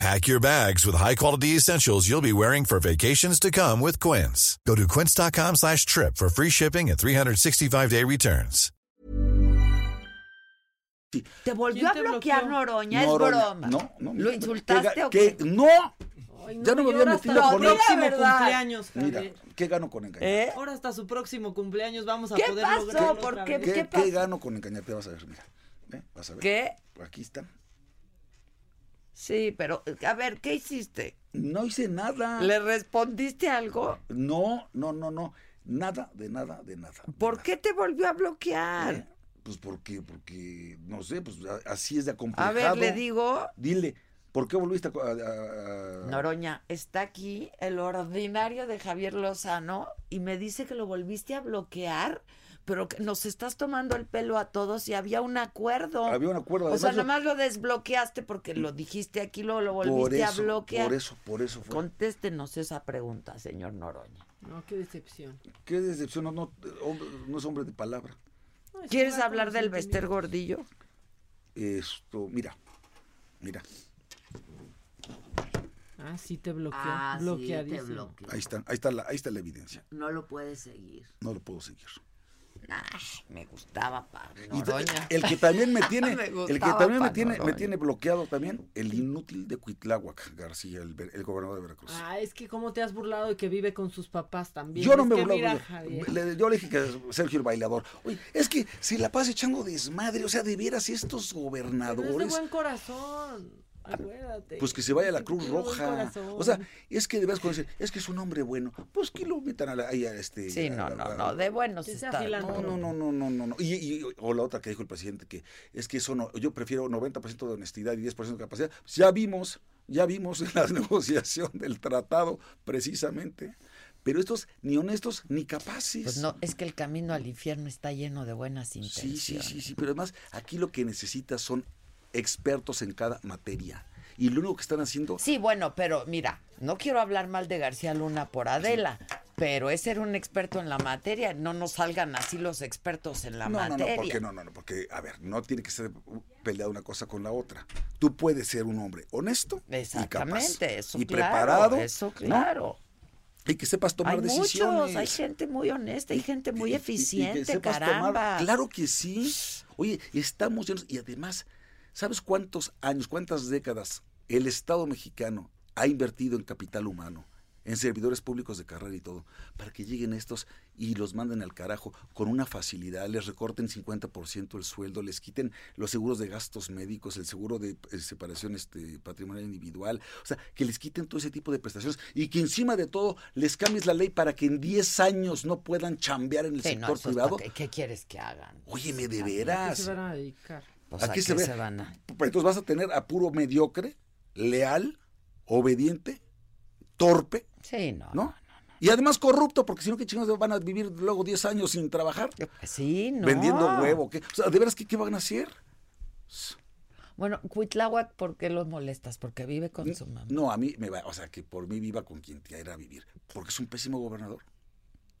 Pack your bags with high-quality essentials you'll be wearing for vacations to come with Quince. Go to quince.com slash trip for free shipping and 365-day returns. Te volvió a ¿Quién te bloquear bloqueó? Noroña, es Noroña. broma. No, no. ¿Lo insultaste ¿Qué, o qué? qué? ¡No! Ay, Ya no me había llora metido hasta su con él. próximo Di la verdad. cumpleaños, Mira, Javier. ¿qué gano con engañar? ¿Eh? Ahora hasta su próximo cumpleaños vamos a ¿Qué poder pasó? lograrlo ¿Por otra qué? vez. ¿Qué, qué pasa? gano con engañarte? Vas a ver, mira. Ve, Vas a ver. ¿Qué? Aquí está. Sí, pero a ver, ¿qué hiciste? No hice Ah. nada. ¿Le respondiste algo? No, no, no, no. Nada, de nada, de nada. de ¿Por nada. qué te volvió a ¿Eh? bloquear? Pues porque, porque, no sé, pues a- así es de A acomplejado. ver, le digo, Dile, ¿por qué volviste a... co- a- a- a- Noroña, está aquí el ordinario de Javier Lozano y me dice que lo volviste a bloquear, pero que nos estás tomando el pelo a todos y había un acuerdo. Había un acuerdo. O sea, además, nomás lo desbloqueaste porque lo dijiste aquí, luego lo por volviste eso, a bloquear. Por eso, por eso fue. Contéstenos esa pregunta, señor Noroña. No, qué decepción. Qué decepción, no, no, hombre- no es hombre de palabra. No, es ¿Quieres jugar hablar con del los Bester sentimientos. Gordillo? Esto, mira, mira, Ah, sí te bloqueó. bloqueadísimo. ahí está, ahí está la, ahí está la evidencia. No lo puedes seguir. No lo puedo seguir. me gustaba, padre. Y ta- Noroña. el que también me tiene, Me el que gustaba también me Pan tiene, me Noroña. tiene bloqueado también, el inútil de Cuitláhuac, García, el, ver- el gobernador de Veracruz. Ah, es que cómo te has burlado de que vive con sus papás también. Yo no Es me que burlo. mira, de- Javier. le- Yo le dije que Sergio el bailador. Oye, es que se la pasa echando desmadre. O sea, de veras estos Pero es de gobernadores. buen corazón. Acuérdate. Pues que se vaya a la Es Cruz tiene buen Roja. corazón. O sea, es que de veras cuando dicen, es que es un hombre bueno. Pues que lo metan a la. ahí a este, Sí, a- no, a- no, a- no, de buenos Que sea está. filántropo. No, no, no, no, no, no, no. Y, y- o la otra que dijo el presidente, que es que eso no, yo prefiero 90% de honestidad y 10% de capacidad. Pues ya vimos, ya vimos en la negociación del tratado, precisamente. Pero estos ni honestos ni capaces. Pues no, es que el camino al infierno está lleno de buenas Sí, intenciones. sí, sí, sí, pero además aquí lo que necesitas son expertos en cada materia. Y lo único que están haciendo, Sí, bueno, pero mira, no quiero hablar mal de García Luna por Adela, pero ese era un experto en la materia. No nos salgan así los expertos en la no, no, no, materia. porque no, no, no, porque a ver, no tiene que ser peleada una cosa con la otra. Tú puedes ser un hombre honesto y capaz Exactamente, eso y claro, preparado, Eso ¿no? claro. y que sepas tomar hay decisiones. muchos, hay gente muy honesta, hay gente Y- y- y- y muy que eficiente, sepas tomar- caramba. Claro que sí. Oye, estamos llenos. Y además, ¿sabes cuántos años, cuántas décadas el Estado mexicano ha invertido en capital humano? En servidores públicos de carrera y todo, para que lleguen estos y los manden al carajo con una facilidad, les recorten 50% el sueldo, les quiten los seguros de gastos médicos, el seguro de eh, separación este, patrimonial individual, o sea, que les quiten todo ese tipo de prestaciones y que encima de todo les cambies la ley para que en 10 años no puedan chambear en el Sí, no, sector eso es privado. pa' que- ¿Qué quieres que hagan? Óyeme, de ¿A qué veras. se van a dedicar? Pues, ¿A ¿a qué se qué ve? se van a- Pues Entonces vas a tener a puro mediocre, leal, obediente, torpe, Sí, no. ¿no? Y además corrupto, porque si no, ¿qué chingados van a vivir luego 10 años sin trabajar? Sí, no. Vendiendo huevo. ¿qué? O sea, ¿de veras qué, qué van a hacer? Bueno, Cuitláhuac, ¿por qué los molestas? Porque vive con su mamá. Mm, No, a mí me va, o sea, que por mí viva con quien quiera vivir, porque es un pésimo gobernador.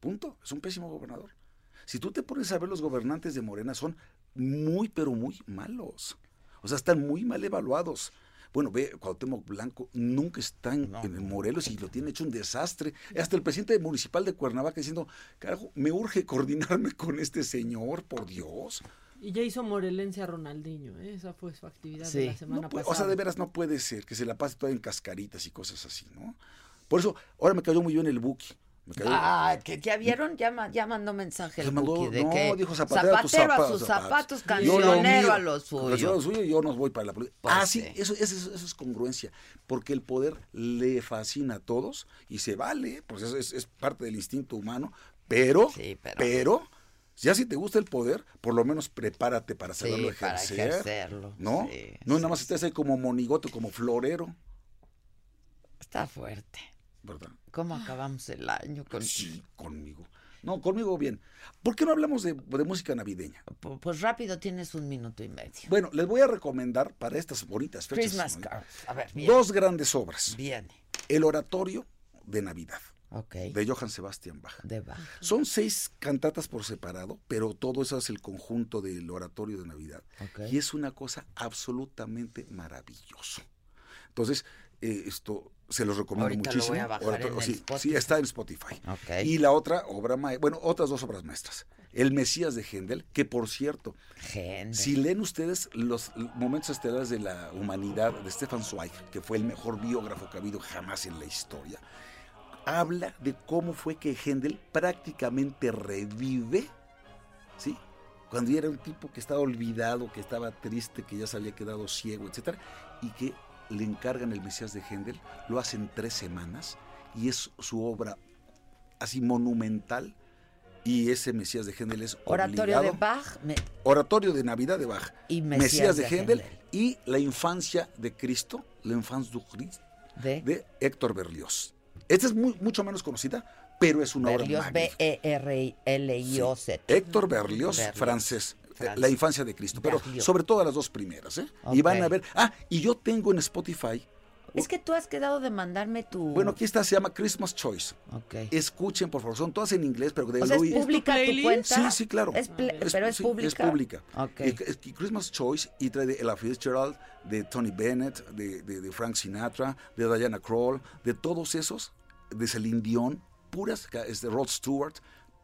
Punto, es un pésimo gobernador. Si tú te pones a ver, los gobernantes de Morena son muy, pero muy malos. O sea, están muy mal evaluados. Bueno, ve, Cuauhtémoc Blanco nunca está en, en Morelos y lo tiene hecho un desastre. Hasta el presidente municipal de Cuernavaca diciendo, carajo, me urge coordinarme con este señor, por Dios. Y ya hizo morelense a Ronaldinho, ¿eh? esa fue su actividad Sí. de la semana No puede- pasada. O sea, de veras no puede ser que se la pase toda en cascaritas y cosas así, ¿no? Por eso, ahora me cayó muy bien el Buki. Me cayó- Ah, que ya vieron, ya, ma- ya mandó mensaje el Le mandó- Buki de no, que dijo zapatero, a tus a zapatos, sus zapatos, zapatos. Yo lo cancionero a mío, los cancionero a lo suyos. suyo, yo no voy para la política. Pues ah, sí, sí. Eso, eso, eso- eso es congruencia, porque el poder le fascina a todos y se vale, pues eso es, es parte del instinto humano, pero, Sí, pero- pero, ya si te gusta el poder, por lo menos prepárate para Sí, saberlo para ejercer. ejercerlo, ¿No? sí, no, nada más estés ahí como monigote, como florero, Está fuerte. ¿verdad? ¿Cómo acabamos el año con Sí, conmigo. No, conmigo bien. ¿Por qué no hablamos de, de música navideña? P- Pues rápido tienes un minuto y medio. Bueno, les voy a recomendar para estas bonitas fechas Christmas ¿no? Cards. A ver, viene. dos grandes obras. Viene. El oratorio de Navidad, Ok. de Johann Sebastian Bach. De Bach. Son seis cantatas por separado, pero todo eso es el conjunto del oratorio de Navidad. Ok. Y es una cosa absolutamente maravillosa. Entonces, eh, esto se los recomiendo Ahorita lo voy muchísimo. a bajar en el sí, Spotify. sí, está en Spotify. Ok. Y la otra obra, ma- bueno, otras dos obras maestras. El Mesías de Händel, que por cierto, Gente. si leen ustedes los momentos estelares de la humanidad de Stefan Zweig, que fue el mejor biógrafo que ha habido jamás en la historia, habla de cómo fue que Händel prácticamente revive, ¿sí? Cuando ya era un tipo que estaba olvidado, que estaba triste, que ya se había quedado ciego, etc. Y que le encargan el Mesías de Händel, lo hacen tres semanas y es su obra así monumental. Y ese Mesías de Händel es Oratorio de obligado- Bach me- Oratorio de Navidad de Bach, y Mesías, de Händel Händel. y La Infancia de Cristo, La Enfance du Christ, De, de Héctor Berlioz. Esta es muy- mucho menos conocida, pero es una Berlioz, obra magnífica. B-E-R-L-I-O-Z. Héctor Berlioz, Berlioz. francés. eh, Francés. La infancia de Cristo, pero Berlioz. sobre todo las dos primeras, ¿eh? Y van a Ok. ver. Ah, y yo tengo en Spotify. Es que tú has quedado de mandarme tu. Bueno, Eh, aquí está, se llama Christmas Choice. Ok. Escuchen, por favor, son todas en inglés, pero de o sea, es Louis- pública tu, playlist? Ah, cuenta. Sí, sí, claro. Es pl- Es- pero es sí, pública. Es pública. Ok. Y- es que Christmas Choice y trae de Ella Fitzgerald, de Tony Bennett, de, de- de Frank Sinatra, de Diana Kroll, de todos esos, de Celine Dion, puras, ca- es de Rod Stewart,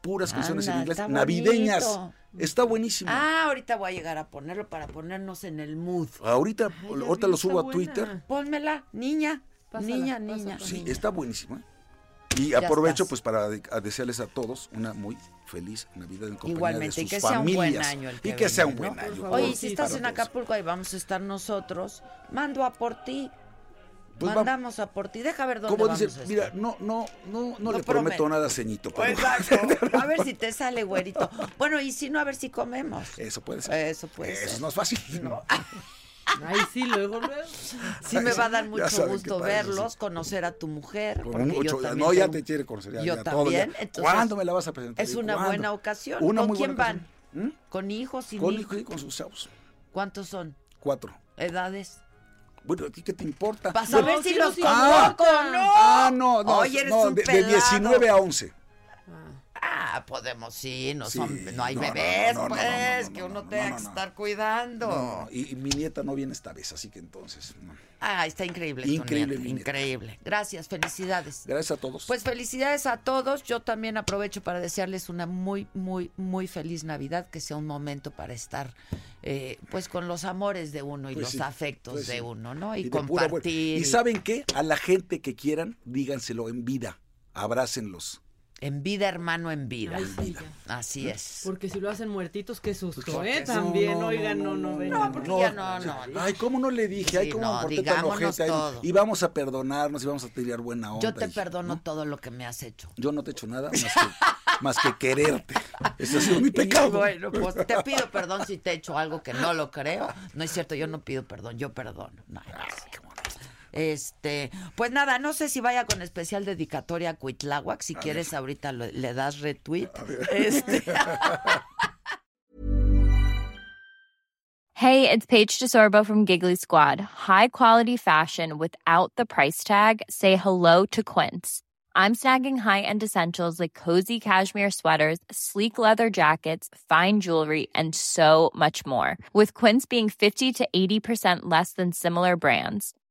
puras canciones en Anda, inglés, está navideñas. bonito. Está buenísimo. Ah, ahorita voy a llegar a ponerlo para ponernos en el mood. Ahorita, Ay, ya ahorita vi, lo está subo a buena. Twitter. Pónmela, niña. Pásala, niña, pásala. niña. Sí, Sí, niña. está buenísimo. ¿eh? Y Ya aprovecho estás. pues para de- a desearles a todos una muy feliz Navidad en compañía Igualmente, y de sus que sea un buen familias. año el y que que sea un venga, buen ¿no? año. Por favor. por- Oye, si sí, estás para en todos. Acapulco, ahí vamos a estar nosotros. Mando a por ti. Pues vamos. Mandamos a por ti. Deja ver dónde Como vamos dice, a estar. mira, no, no, no, no, le prometo. prometo nada, ceñito. pero- Exacto. A ver si te sale, güerito. Bueno, y si no, a ver si comemos. Eso puede ser. Eso puede Eso ser. Ah, no es fácil. ¿no? Ahí sí, luego, luego. Sí me va a dar Ya mucho saben gusto que para eso verlos, sí. conocer a tu mujer. Con porque yo mucho- también no, ya tengo- te quiere conocer. ya- Yo ya todo, ya. también. entonces, ¿Cuándo me la vas a presentar? Es una ¿Cuándo? buena ocasión. Una ¿Con muy quién buena van? ocasión. ¿Con hijos? ¿Sin ¿Mm? Con hijos? hijo y con sus chavos. ¿Cuántos son? Cuatro. ¿Edades? Bueno, ¿a ti qué te importa? Para No, saber si sí los los conozco importa. no. Ah, no, no. Oye, eres no, un de, de pelado. 19 a 11. Ah, Ah, podemos, sí, no, Sí, son, no hay no, no, bebés, no, no, no, pues, no, no, que no, uno no, tenga no, que no. estar cuidando. No, y, y mi nieta no viene esta vez, así que entonces. no. Ah, está increíble. tu Increíble, nieta, mi nieta. increíble. Gracias, felicidades. Gracias a todos. Pues felicidades a todos. Yo también aprovecho para desearles una muy, muy, muy feliz Navidad, que sea un momento para estar, eh, pues, con los amores de uno y Pues los sí, afectos pues de sí. uno, ¿no? Y, de pura buena. compartir. Y saben qué? A la gente que quieran, díganselo en vida. Abrácenlos. En vida, hermano, en vida. ahí sí, ya. Así es. Porque si lo hacen muertitos, qué susto, Porque ¿eh? no, También, no, no, oigan, no, no, no, no, vengan. no, porque ya no, no, no. Ay, ¿cómo no le dije? Ay, Sí, ¿cómo no, me porté tan digámonos ojete? Ay, todo. Y vamos a perdonarnos y vamos a tirar buena onda. Yo te y- perdono ¿no? todo lo que me has hecho. Yo no te he hecho nada más que, más que quererte. Ese ha sido mi pecado. Y bueno, pues te pido perdón si te he hecho algo que no lo creo. No es cierto, yo no pido perdón, yo perdono. No, no es cierto. Este, pues nada, no sé si vaya con especial dedicatoria a Cuitláhuac. Si quieres, ahorita lo- le das retweet. Este, Hey, it's Paige DeSorbo from Giggly Squad. High quality fashion without the price tag. Say hello to Quince. I'm snagging high-end essentials like cozy cashmere sweaters, sleek leather jackets, fine jewelry, and so much more. With Quince being 50 to 80% less than similar brands.